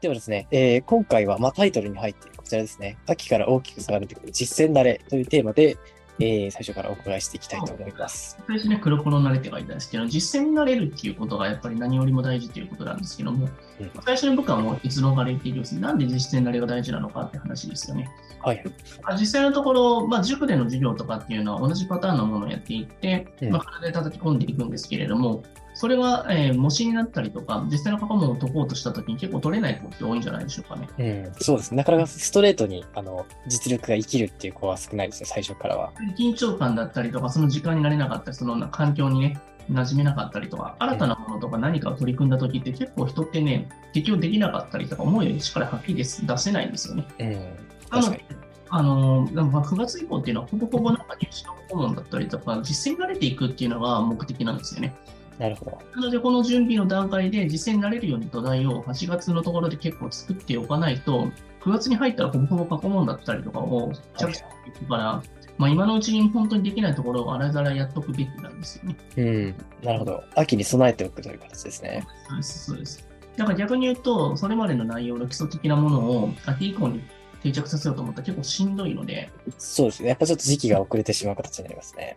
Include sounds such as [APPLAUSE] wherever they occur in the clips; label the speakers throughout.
Speaker 1: ではですね、えー今回は、まあ、タイトルに入っているこちらですね、秋から大きく下がるてくる実践慣れというテーマで、えー最初からお伺いしていきたいと思います。
Speaker 2: 最初ね、黒子の慣れって書いたんですけど、実践になれるっていうことがやっぱり何よりも大事ということなんですけども、
Speaker 1: うん
Speaker 2: 最初に僕はもう結論から言っていきます。なんで実践慣れが大事なのかって話ですよね。
Speaker 1: はい。
Speaker 2: まあ実際のところ、まあ、塾での授業とかっていうのは同じパターンのものをやっていって、
Speaker 1: うん
Speaker 2: まあ、体で叩き込んでいくんですけれども、それは、えー模試になったりとか、実際の過去問を解こうとしたときに結構取れない子って多いんじゃないでしょうかね。
Speaker 1: うん、そうですね。なかなかストレートに、あの、実力が生きるっていう子は少ないですね、最初からは。
Speaker 2: 緊張感だったりとか、その時間になれなかったり、その環境にね、馴染めなかったりとか、新たなものとか何かを取り組んだ時って結構人ってね、適応できなかったりとか、思うように力発揮です出せないんですよね。
Speaker 1: うん。
Speaker 2: なの
Speaker 1: 確か
Speaker 2: で
Speaker 1: に。、
Speaker 2: あのーまあ、9月以降っていうのは、ほぼほぼなんか入試の顧問だったりとか、実践に慣れていくっていうのが目的なんですよね。
Speaker 1: なるほど。
Speaker 2: なので、この準備の段階で実践になれるように土台を8月のところで結構作っておかないと、9月に入ったらほぼほぼ過去問だったりとかを着手していくから、まあ、今のうちに本当にできないところをあらざらやっとくべきなんですよね。
Speaker 1: うん。なるほど。秋に備えておくという形ですね。
Speaker 2: そうです、そうです。だから逆に言うと、それまでの内容の基礎的なものを秋以降に定着させようと思ったら結構しんどいので、
Speaker 1: そうですね。やっぱちょっと時期が遅れてしまう形になりますね。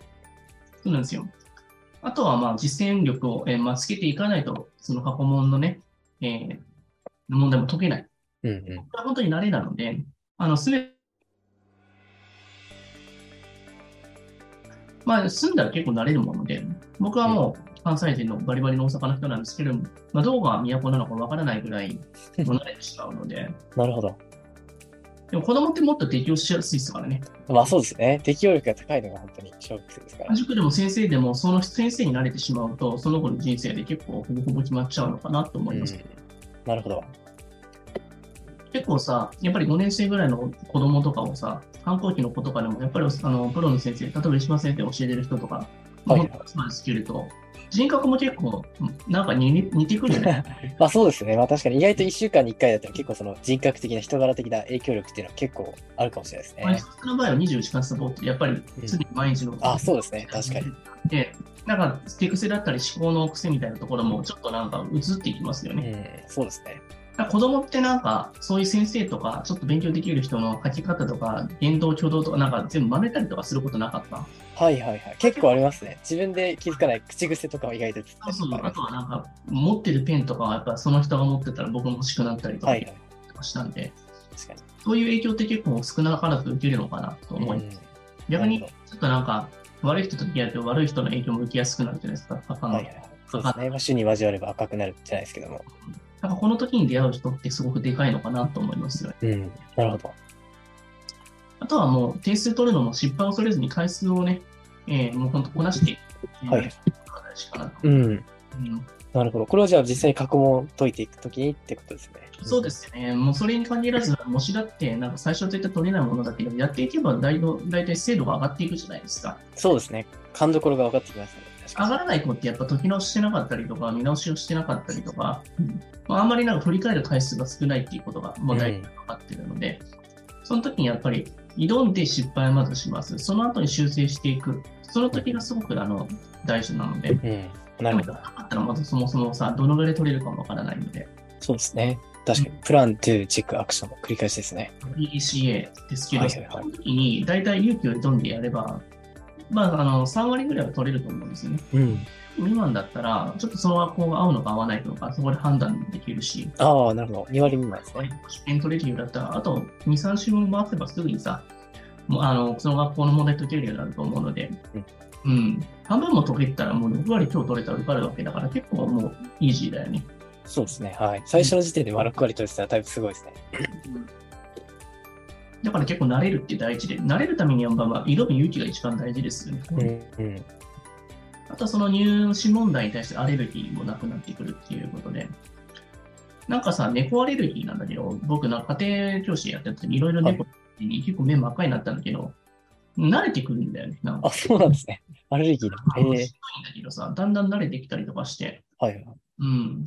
Speaker 2: そうなんですよ。あとは、まあ、実践力を、えーまあ、つけていかないと、その過去問のね、えー問題も解けない。
Speaker 1: うんうん。
Speaker 2: これは本当に慣れなので、あの、すべまあ、住んだら結構慣れるもので、僕はもう関西人のバリバリの大阪の人なんですけども、まあ、どこが都なのかわからないぐらい、もう慣れてしまうので、
Speaker 1: なるほど。
Speaker 2: でも子供ってもっと適応しやすいですからね。
Speaker 1: まあそうですね。適応力が高いのが本当に小学生ですから。
Speaker 2: 塾でも先生でも、その先生に慣れてしまうと、その子の人生で結構ほぼほぼ決まっちゃうのかなと思
Speaker 1: う
Speaker 2: い
Speaker 1: ん
Speaker 2: ます。。
Speaker 1: なるほど。
Speaker 2: 結構さ、やっぱり5年生ぐらいの子供とかをさ、反抗期の子とかでも、やっぱりあのプロの先生、例えば石橋先生教えてる人とか、
Speaker 1: はい
Speaker 2: 本当にそうですけれど、人格も結構、なんか似似てくる
Speaker 1: [LAUGHS]
Speaker 2: よね。
Speaker 1: まあそうですね。まあ確かに意外と1週間に1回だったら結構その人格的な人柄的な影響力っていうのは結構あるかもしれないです
Speaker 2: まあ
Speaker 1: ね
Speaker 2: 石。橋の場合は24時間サポート、やっぱり常に毎日の、
Speaker 1: あ、そうですね。確かに。。
Speaker 2: で、なんか手癖だったり思考の癖みたいなところも、ちょっとなんか映っていきますよね。
Speaker 1: うん。そうですね。
Speaker 2: だから子供ってなんか、そういう先生とか、ちょっと勉強できる人の書き方とか、言動挙動とか、なんか全部真似たりとかすることなかった
Speaker 1: はいはいはい。結構ありますね。自分で気づかない口癖とかは意外と聞いた
Speaker 2: あ
Speaker 1: り
Speaker 2: そ
Speaker 1: と
Speaker 2: う
Speaker 1: かあり
Speaker 2: あ
Speaker 1: ます
Speaker 2: とはなんか、持ってるペンとかは、やっぱその人が持ってたら僕も欲しくなったりと
Speaker 1: は
Speaker 2: か
Speaker 1: いはい。
Speaker 2: したんで、
Speaker 1: 確かに。
Speaker 2: そういう影響って結構少なからず受けるのかなと思い、
Speaker 1: うん
Speaker 2: 逆
Speaker 1: な
Speaker 2: に
Speaker 1: るほ
Speaker 2: ちょっとなんか、悪い人と付き合うと悪い人の影響も受けやすくなるじゃないですか、パパ
Speaker 1: ど
Speaker 2: の。
Speaker 1: はいはい。そうですね。まあ、主に交われば赤くなるじゃないですけども。
Speaker 2: なんかこの時に出会う人ってすごくでかいのかなと思いますよね。
Speaker 1: うん。なるほど。
Speaker 2: あとはもう点数取るのも失敗を恐れずに回数をね、えーもう本当こなしていく。
Speaker 1: はい
Speaker 2: 大事かなと。
Speaker 1: うん。
Speaker 2: うん
Speaker 1: なるほど。これをじゃあ実際に過去問を解いていくときにってことですね。
Speaker 2: そうですね、もうそれに限らず、模試だって、なんか最初絶対取れないものだけど、やっていけばだいぶ大体精度が上がっていくじゃないですか。
Speaker 1: そうですね。勘どころが分かってきますね。確
Speaker 2: 上
Speaker 1: か
Speaker 2: が
Speaker 1: に。
Speaker 2: らない子ってやっぱ解き直ししてなかったりとか、見直しをしてなかったりとか、まあ、あんまりなんか振り返る回数が少ないっていうことが、もう大体分かってるので、その時にやっぱり挑んで失敗をまずします。その後に修正していく。その時がすごくあの大事なので、
Speaker 1: うん。なるほど。
Speaker 2: なかったらまずそもそもさ、どのぐらい取れるかもわからないので、
Speaker 1: そうですね。確かに。プラン、トゥ、チェック、アクションの繰り返しですね。
Speaker 2: PCA ですけど、
Speaker 1: はいはいはい
Speaker 2: その時に大体勇気を挑んでやれば、まあ、あの3割ぐらいは取れると思うんですよね。
Speaker 1: うん。
Speaker 2: 未満だったら、ちょっとその学校が合うのか合わないのか、そこで判断できるし、
Speaker 1: ああ、なるほど。2割未満ですね。
Speaker 2: 試験取れるようだったら、あと2、3週分回せばすぐにさ、もうあのその学校の問題解けるようになると思うので、うん、半分も解けたら、もう6割今日取れたら受かるわけだから、結構もうイージーだよね。
Speaker 1: そうですね。はい。最初の時点でまあ6割取れてたらだいぶすごいですね。
Speaker 2: だから結構慣れるって大事で、慣れるためには、まあまあ、挑む勇気が一番大事ですよね。
Speaker 1: うん。うん。
Speaker 2: あとその入試問題に対してアレルギーもなくなってくるっていうことで、なんかさ、猫アレルギーなんだけど、僕、家庭教師やってた時にいろいろ猫に結構目真っ赤になったんだけど、慣れてくるんだよね。なんか
Speaker 1: あ、そうなんですね。アレルギー
Speaker 2: あの
Speaker 1: の。え
Speaker 2: しんどい
Speaker 1: え
Speaker 2: んだけどさ、だんだん慣れてきたりとかして、
Speaker 1: はい。
Speaker 2: うん、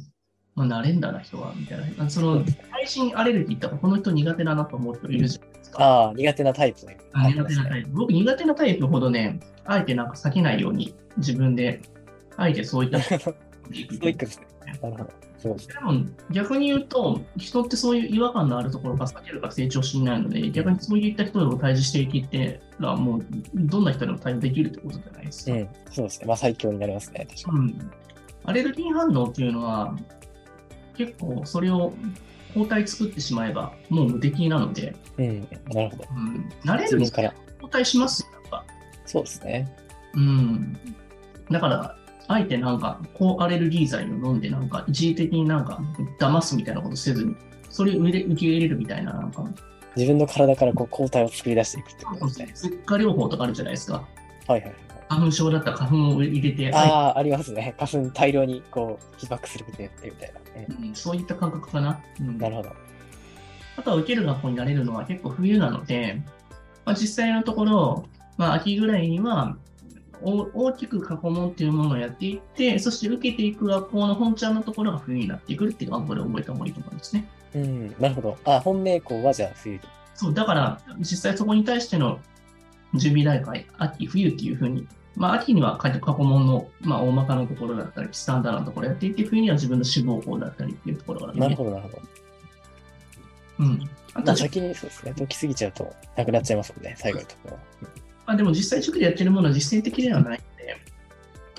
Speaker 2: まあ、慣れんだな、人は、みたいな。そ
Speaker 1: そう
Speaker 2: の
Speaker 1: ですね、
Speaker 2: 配信アレルギーってこの人苦手だなと思う人いるじゃないですか。
Speaker 1: ああ、苦手なタイプの。
Speaker 2: 苦手なタイプ。僕、苦手なタイプほどね、あえてなんか
Speaker 1: [LAUGHS]
Speaker 2: 避けないように、自分で、あえてそういった
Speaker 1: プ。ストイックですね。なるほど。そうですね。
Speaker 2: でも逆に言うと、人ってそういう違和感のあるところが避けるから成長しないので、逆にそういった人でも対峙していきってのは、もうどんな人でも対応できるってことじゃないです
Speaker 1: う
Speaker 2: か。
Speaker 1: ん、そうですね。まあ、最強になりますね。確か
Speaker 2: うん、アレルギー反応っていうのは、結構それを抗体作ってしまえば、もう無敵なので、
Speaker 1: に。うん、なるほど。
Speaker 2: うん、慣れ
Speaker 1: 自
Speaker 2: る
Speaker 1: 分から。
Speaker 2: 抗体しますよ、やっぱ。
Speaker 1: そうですね。
Speaker 2: うん。だから、あえてなんか、抗アレルギー剤を飲んで、なんか、一時的になんか、騙すみたいなことせずに、それを受け入れるみたいな、なんか、
Speaker 1: 自分の体からこう抗体を作り出していくってことですね。
Speaker 2: 石化療法とかあるじゃないですか。
Speaker 1: はいはいはい。
Speaker 2: 花粉症だったら花粉を入れて、
Speaker 1: ああ、ありますね。花粉大量にこう、被爆することやってるみたいな。うん
Speaker 2: うんそういった感覚かな。うん
Speaker 1: なるほど。
Speaker 2: あとは受ける学校になれるのは結構冬なので、まあ、実際のところ、まあ、秋ぐらいにはお大きく過去問っていうものをやっていって、そして受けていく学校の本ちゃんのところが冬になってくるっていうのはこれ覚えた方がいいと思うんですね。
Speaker 1: うん、なるほど。あ、本命校はじゃあ冬に。
Speaker 2: そう、だから実際そこに対しての準備大会、秋、冬っていうふうに、まあ、秋には過去過去問の、まあ、大まかなところだったり、スタンダードなところやっていって、冬には自分の志望校だったりっていうところがある
Speaker 1: な
Speaker 2: の
Speaker 1: る
Speaker 2: で、
Speaker 1: ほど、なるほど。
Speaker 2: うん。あと
Speaker 1: ま
Speaker 2: は
Speaker 1: あ、先にそうですね。解きすぎちゃうと、なくなっちゃいますもんね、最後のところは。
Speaker 2: まあ、でも実際塾でやってるものは実践的ではないので、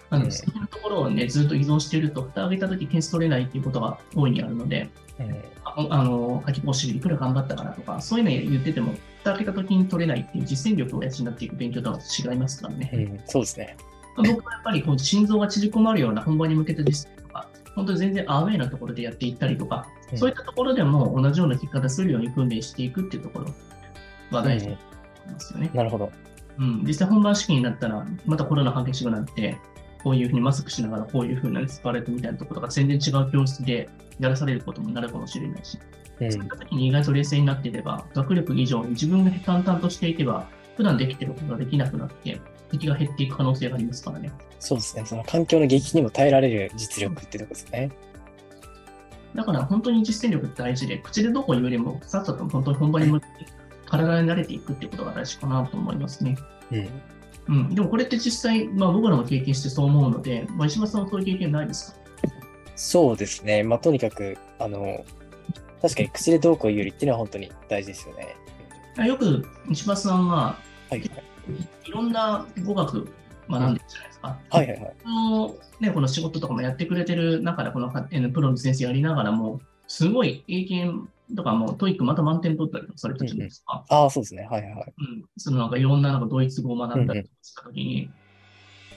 Speaker 2: あ
Speaker 1: う
Speaker 2: の
Speaker 1: ん
Speaker 2: そういうところをね、ずっと依存していると、蓋を開けたとき点数取れないっていうことが大いにあるので、
Speaker 1: うん
Speaker 2: ああの、書き講師でいくら頑張ったからとか、そういうの言ってても、蓋を開けたときに取れないっていう実践力を養っていく勉強とは違いますからね。
Speaker 1: うん、そうですね。
Speaker 2: 僕はやっぱりこう心臓が縮こまるような本番に向けて実践とか、本当に全然アウェイなところでやっていったりとか、
Speaker 1: うん
Speaker 2: そういったところでも同じような結果出せるように訓練していくっていうところが大事
Speaker 1: う
Speaker 2: だ
Speaker 1: ん
Speaker 2: と思いますよね。
Speaker 1: なるほど。
Speaker 2: うん、実際本番式になったら、またコロナ激しくなって、こういうふうにマスクしながら、こういうふうなスパレットみたいなところが全然違う教室でやらされることもなるかもしれないし、
Speaker 1: うん、
Speaker 2: そういった時に意外と冷静になっていれば、学力以上に自分が淡々としていけば、普段できてることができなくなって、敵が減っていく可能性がありますからね。
Speaker 1: そうですね。その環境の激にも耐えられる実力ってとこですね。
Speaker 2: だから本当に実践力って大事で、口でどうこう言うよりも、さっさと本当に本番に向けて、体に慣れていくっていうことが大事かなと思いますね。
Speaker 1: うん。
Speaker 2: うん、でもこれって実際、まあ、僕らも経験してそう思うので、まあ、石橋さんはそういう経験ないですか
Speaker 1: そうですね。まあ、とにかく、あの、確かに口でどうこう言うよりっていうのは本当に大事ですよね。
Speaker 2: よく西橋さんは
Speaker 1: はい。
Speaker 2: いろんな語学学んでるじゃないですか。
Speaker 1: はいはいはい。
Speaker 2: このね、この仕事とかもやってくれてる中で、このかえープロの先生やりながらも、すごい英検とかもトイックまた満点取ったりとかされたじゃないですか。
Speaker 1: ああ、そうですね。はいはいはい。
Speaker 2: うん、そのなんかいろんななんかドイツ語を学んだりとかしたときに、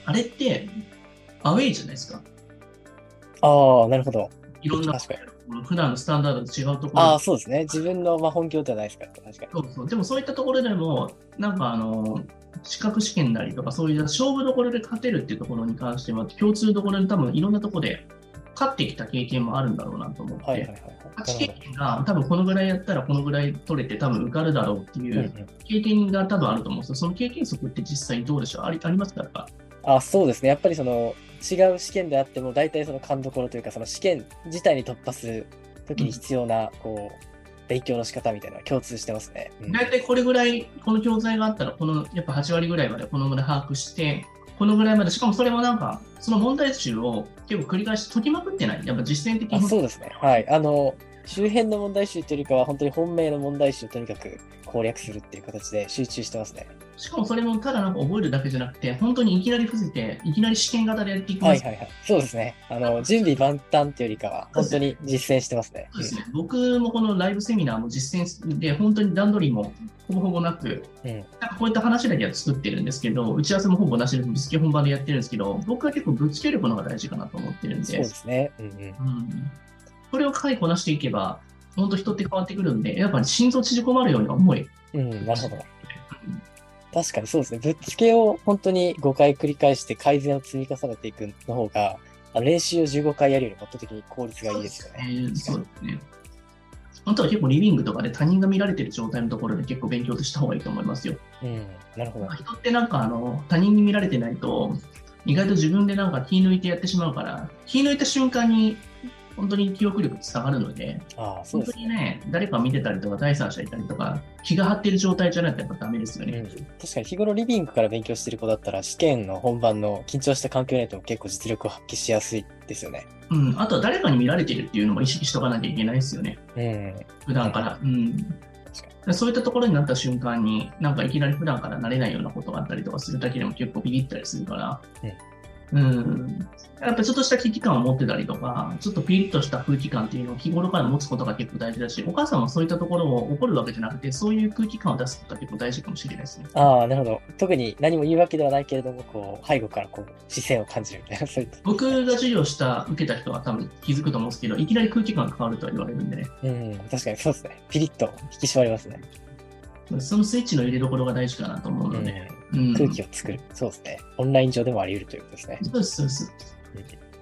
Speaker 2: あれってアウェイじゃないですか。
Speaker 1: ああ、なるほど。
Speaker 2: いろんな
Speaker 1: 確かに。
Speaker 2: 普段のスタンダードと違うところ
Speaker 1: ああ、そうですね。自分の、まあ、本業ではないですから、確かに。
Speaker 2: そうそうでもそういったところでも、なんかあの資格試験なりとか、そういう勝負どころで勝てるっていうところに関しては、共通どころで多分いろんなところで勝ってきた経験もあるんだろうなと思って、
Speaker 1: はいはいはい。
Speaker 2: 勝ち経
Speaker 1: なる
Speaker 2: 験が多分このぐらいやったらこのぐらい取れて、多分受かるだろうってい
Speaker 1: ほどうん
Speaker 2: う
Speaker 1: うん
Speaker 2: 経験が多分あると思うんですよ。その経験則って実際どうでしょうありありますかやっぱ
Speaker 1: あそうですね。やっぱりその、違う試験であっても、大体その勘どころというか、その試験自体に突破するときに必要な、こう、勉強の仕方みたいなのは共通してますね。うん
Speaker 2: 大体これぐらい、この教材があったら、このやっぱ8割ぐらいまでこのぐらい把握して、このぐらいまで、しかもそれもなんか、その問題集を結構繰り返し解きまくってない、やっぱ実践的
Speaker 1: あ
Speaker 2: に。
Speaker 1: そうですね。はい。あの、周辺の問題集というよりかは、本当に本命の問題集をとにかく攻略するっていう形で集中してますね。
Speaker 2: しかもそれもただなんか覚えるだけじゃなくて、本当にいきなり伏せて、いきなり試験型でやっていくん
Speaker 1: は
Speaker 2: で
Speaker 1: い
Speaker 2: す。
Speaker 1: はいはい。そうですね。あの、準備万端というよりかは、本当に実践してますね。
Speaker 2: そうですね、僕もこのライブセミナーも実践で、本当に段取りもほぼほぼなく、
Speaker 1: うん
Speaker 2: なんかこういった話だけは作ってるんですけど、打ち合わせもほぼなしで、ぶっつけ本番でやってるんですけど、僕は結構ぶっつけるのが大事かなと思ってるん
Speaker 1: そうですね。うんうん。
Speaker 2: うんこれを回こなしていけば、本当人って変わってくるんで、やっぱり心臓縮こまるように思い。
Speaker 1: うん、なるほど。確かにそうですね。ぶっつけを本当に5回繰り返して改善を積み重ねていくの方が、あの練習を15回やるよりも圧倒的に効率がいいですよね。
Speaker 2: ね。そうですね。本当は結構リビングとかで他人が見られてる状態のところで結構勉強とした方がいいと思いますよ。
Speaker 1: うん、なるほど。
Speaker 2: 人ってなんかあの他人に見られてないと、意外と自分でなんか気抜いてやってしまうから、気抜いた瞬間に本当に記憶力って下がるので、
Speaker 1: ああ、そう
Speaker 2: 本
Speaker 1: で
Speaker 2: 当
Speaker 1: す
Speaker 2: にね、誰か見てたりとか、第三者いたりとか、気が張ってる状態じゃないとやっぱダメですよ
Speaker 1: ね。う
Speaker 2: ね
Speaker 1: ん。、確かに日頃リビングから勉強してる子だったら試験の本番の緊張した環境にと結構実力を発揮しやすいですよね。
Speaker 2: うん、あとは誰かに見られてるっていうのも意識しとかなきゃいけないですよね、
Speaker 1: うん。
Speaker 2: 普段から。うんそういったところになった瞬間に、なんかいきなり普段から慣れないようなことがあったりとかするだけでも結構ビビったりするから、うん、やっぱちょっとした危機感を持ってたりとか、ちょっとピリッとした空気感っていうのを日頃から持つことが結構大事だし、お母さんはそういったところを怒るわけじゃなくて、そういう空気感を出すことが結構大事かもしれないですね。
Speaker 1: ああ、なるほど。特に何も言うわけではないけれども、こう、背後からこう、視線を感じるみたいな、そう [LAUGHS] いった。
Speaker 2: 僕が授業した、受けた人は多分気づくと思うんですけど、いきなり空気感が変わるとは言われるんでね、
Speaker 1: うん、確かにそうですね。ピリッと引き締まりますね。
Speaker 2: そのスイッチの入れどころが大事かなと思う
Speaker 1: う
Speaker 2: ので、
Speaker 1: ん。
Speaker 2: うん
Speaker 1: 空気を作る。そうですね。オンライン上でもあり得るということですね。
Speaker 2: そうです、そうです。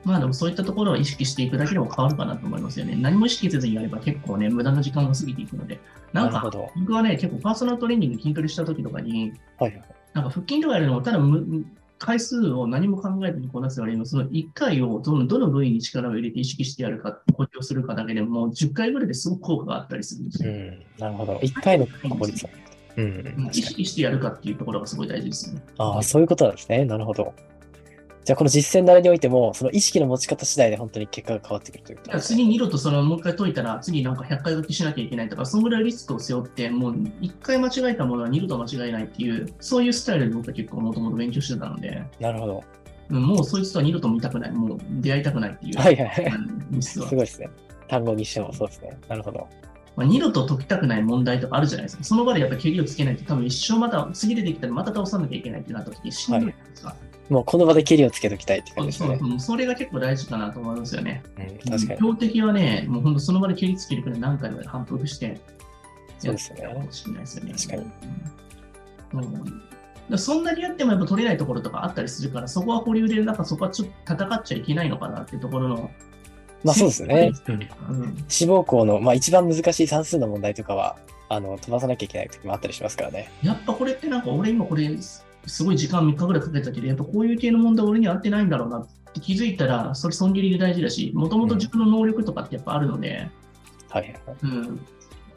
Speaker 2: まあでもそういったところを意識していくだけでも変わるかなと思いますよね。何も意識せずにやれば結構ね、無駄な時間が過ぎていくので。な
Speaker 1: な
Speaker 2: ん
Speaker 1: るほ
Speaker 2: か、
Speaker 1: ど。
Speaker 2: 僕はね、結構パーソナルトレーニング筋トレした時とかに、
Speaker 1: はいはい。
Speaker 2: なんか腹筋とかやるのも、ただむ回数を何も考えずにこなすよりも、その1回をどのどの部位に力を入れて意識してやるか、補強するかだけでも、10回ぐらいですごく効果があったりするんです
Speaker 1: う
Speaker 2: よ。
Speaker 1: ん、なるほど。一回の効率を。うん、確か
Speaker 2: うん意
Speaker 1: に。
Speaker 2: 識してやるかっていうところがすごい大事ですよね。
Speaker 1: ああ、そういうことなんですね。なるほど。じゃあ、この実践慣れにおいても、その意識の持ち方次第で本当に結果が変わってくるということ
Speaker 2: だ
Speaker 1: なん
Speaker 2: か
Speaker 1: で
Speaker 2: ら
Speaker 1: すね。
Speaker 2: 次見ろとそのもう一回解いたら、次なんか100回書きしなきゃいけないとか、そんぐらいリスクを背負って、もう1回間違えたものは二度と間違えないっていう、そういうスタイルで僕は結構もともと勉強してたので、
Speaker 1: なるほど。
Speaker 2: うんもうそいつとは二度と見たくない、もう出会いたくないっていう、
Speaker 1: はいはい。
Speaker 2: うんミス
Speaker 1: す
Speaker 2: は
Speaker 1: ごい。ですね。単語にしてもそうですね。なるほど。
Speaker 2: まあ、二度と解きたくない問題とかあるじゃないですか。その場でやっぱり蹴りをつけないと、多分一生また次出てきたらまた倒さなきゃいけないってなった時にしんどいじゃないですか。
Speaker 1: もうこの場で蹴りをつけときたいって感じです
Speaker 2: そう
Speaker 1: ね。
Speaker 2: そうそれが結構大事かなと思いますよね。
Speaker 1: うん、確かに。
Speaker 2: 標的はね、もう本当その場で蹴りつけるくらい何回まで反復して、
Speaker 1: そうですね
Speaker 2: やってたかもしれないですよね。
Speaker 1: 確かに
Speaker 2: うん。うんだからそんなにやってもやっぱ取れないところとかあったりするから、そこは保留で、なんかそこはちょっと戦っちゃいけないのかなっていうところの。
Speaker 1: まあそうですね。うん
Speaker 2: うん
Speaker 1: 志望校の、まあ、一番難しい算数の問題とかは、あの、飛ばさなきゃいけない時もあったりしますからね。
Speaker 2: やっぱこれってなんか俺今これすごい時間3日ぐらいかけたけど、やっぱこういう系の問題俺には合ってないんだろうなって気づいたら、それ損切りで大事だし、もともと自分の能力とかってやっぱあるので、
Speaker 1: はいはいはい。
Speaker 2: うん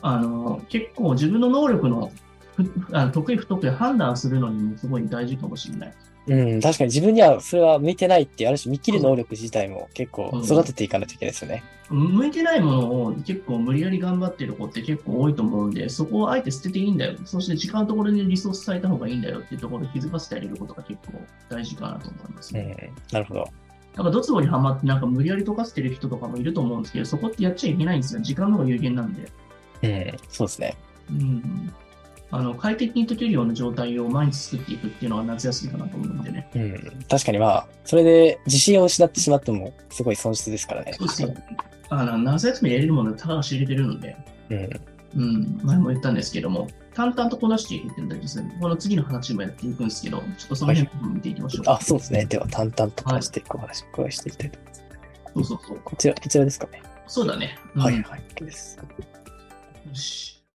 Speaker 2: あの結構自分の能力のふあの得意不得意判断するのにもすごい大事かもしれない。
Speaker 1: うん、確かに自分にはそれは向いてないっていう、ある種見切る能力自体も結構育てていかないといけないですよね。
Speaker 2: 向いてないものを結構無理やり頑張ってる子って結構多いと思うんで、そこをあえて捨てていいんだよ。そして時間のところにリソースされた方がいいんだよっていうところを気づかせてあげることが結構大事かなと思います
Speaker 1: う
Speaker 2: ね。
Speaker 1: ん、なるほど。
Speaker 2: なんかドツボにはまってなんか無理やり溶かしてる人とかもいると思うんですけど、そこってやっちゃいけないんですよ。時間の方が有限なんで。
Speaker 1: うん、そうですね。
Speaker 2: うん。あの、快適に解けるような状態を毎日作っていくっていうのが夏休みかなと思うんでね。
Speaker 1: うん、確かにまあ、それで自信を失ってしまっても、すごい損失ですからね。
Speaker 2: そうですよ。あの夏休み入れるものたかが知れてるので、
Speaker 1: うん、
Speaker 2: うん、前も言ったんですけども、淡々とこなしていくっていうのが大事ですね。この次の話もやっていくんですけど、ちょっとその辺も見ていきましょう。
Speaker 1: あ、そうですね。では、淡々と話していくお話を伺いしていきたいと思います。
Speaker 2: そうそうそう。
Speaker 1: こちら、こちらですかね。
Speaker 2: そうだね。うん
Speaker 1: はい、はい、OK です。
Speaker 2: よし。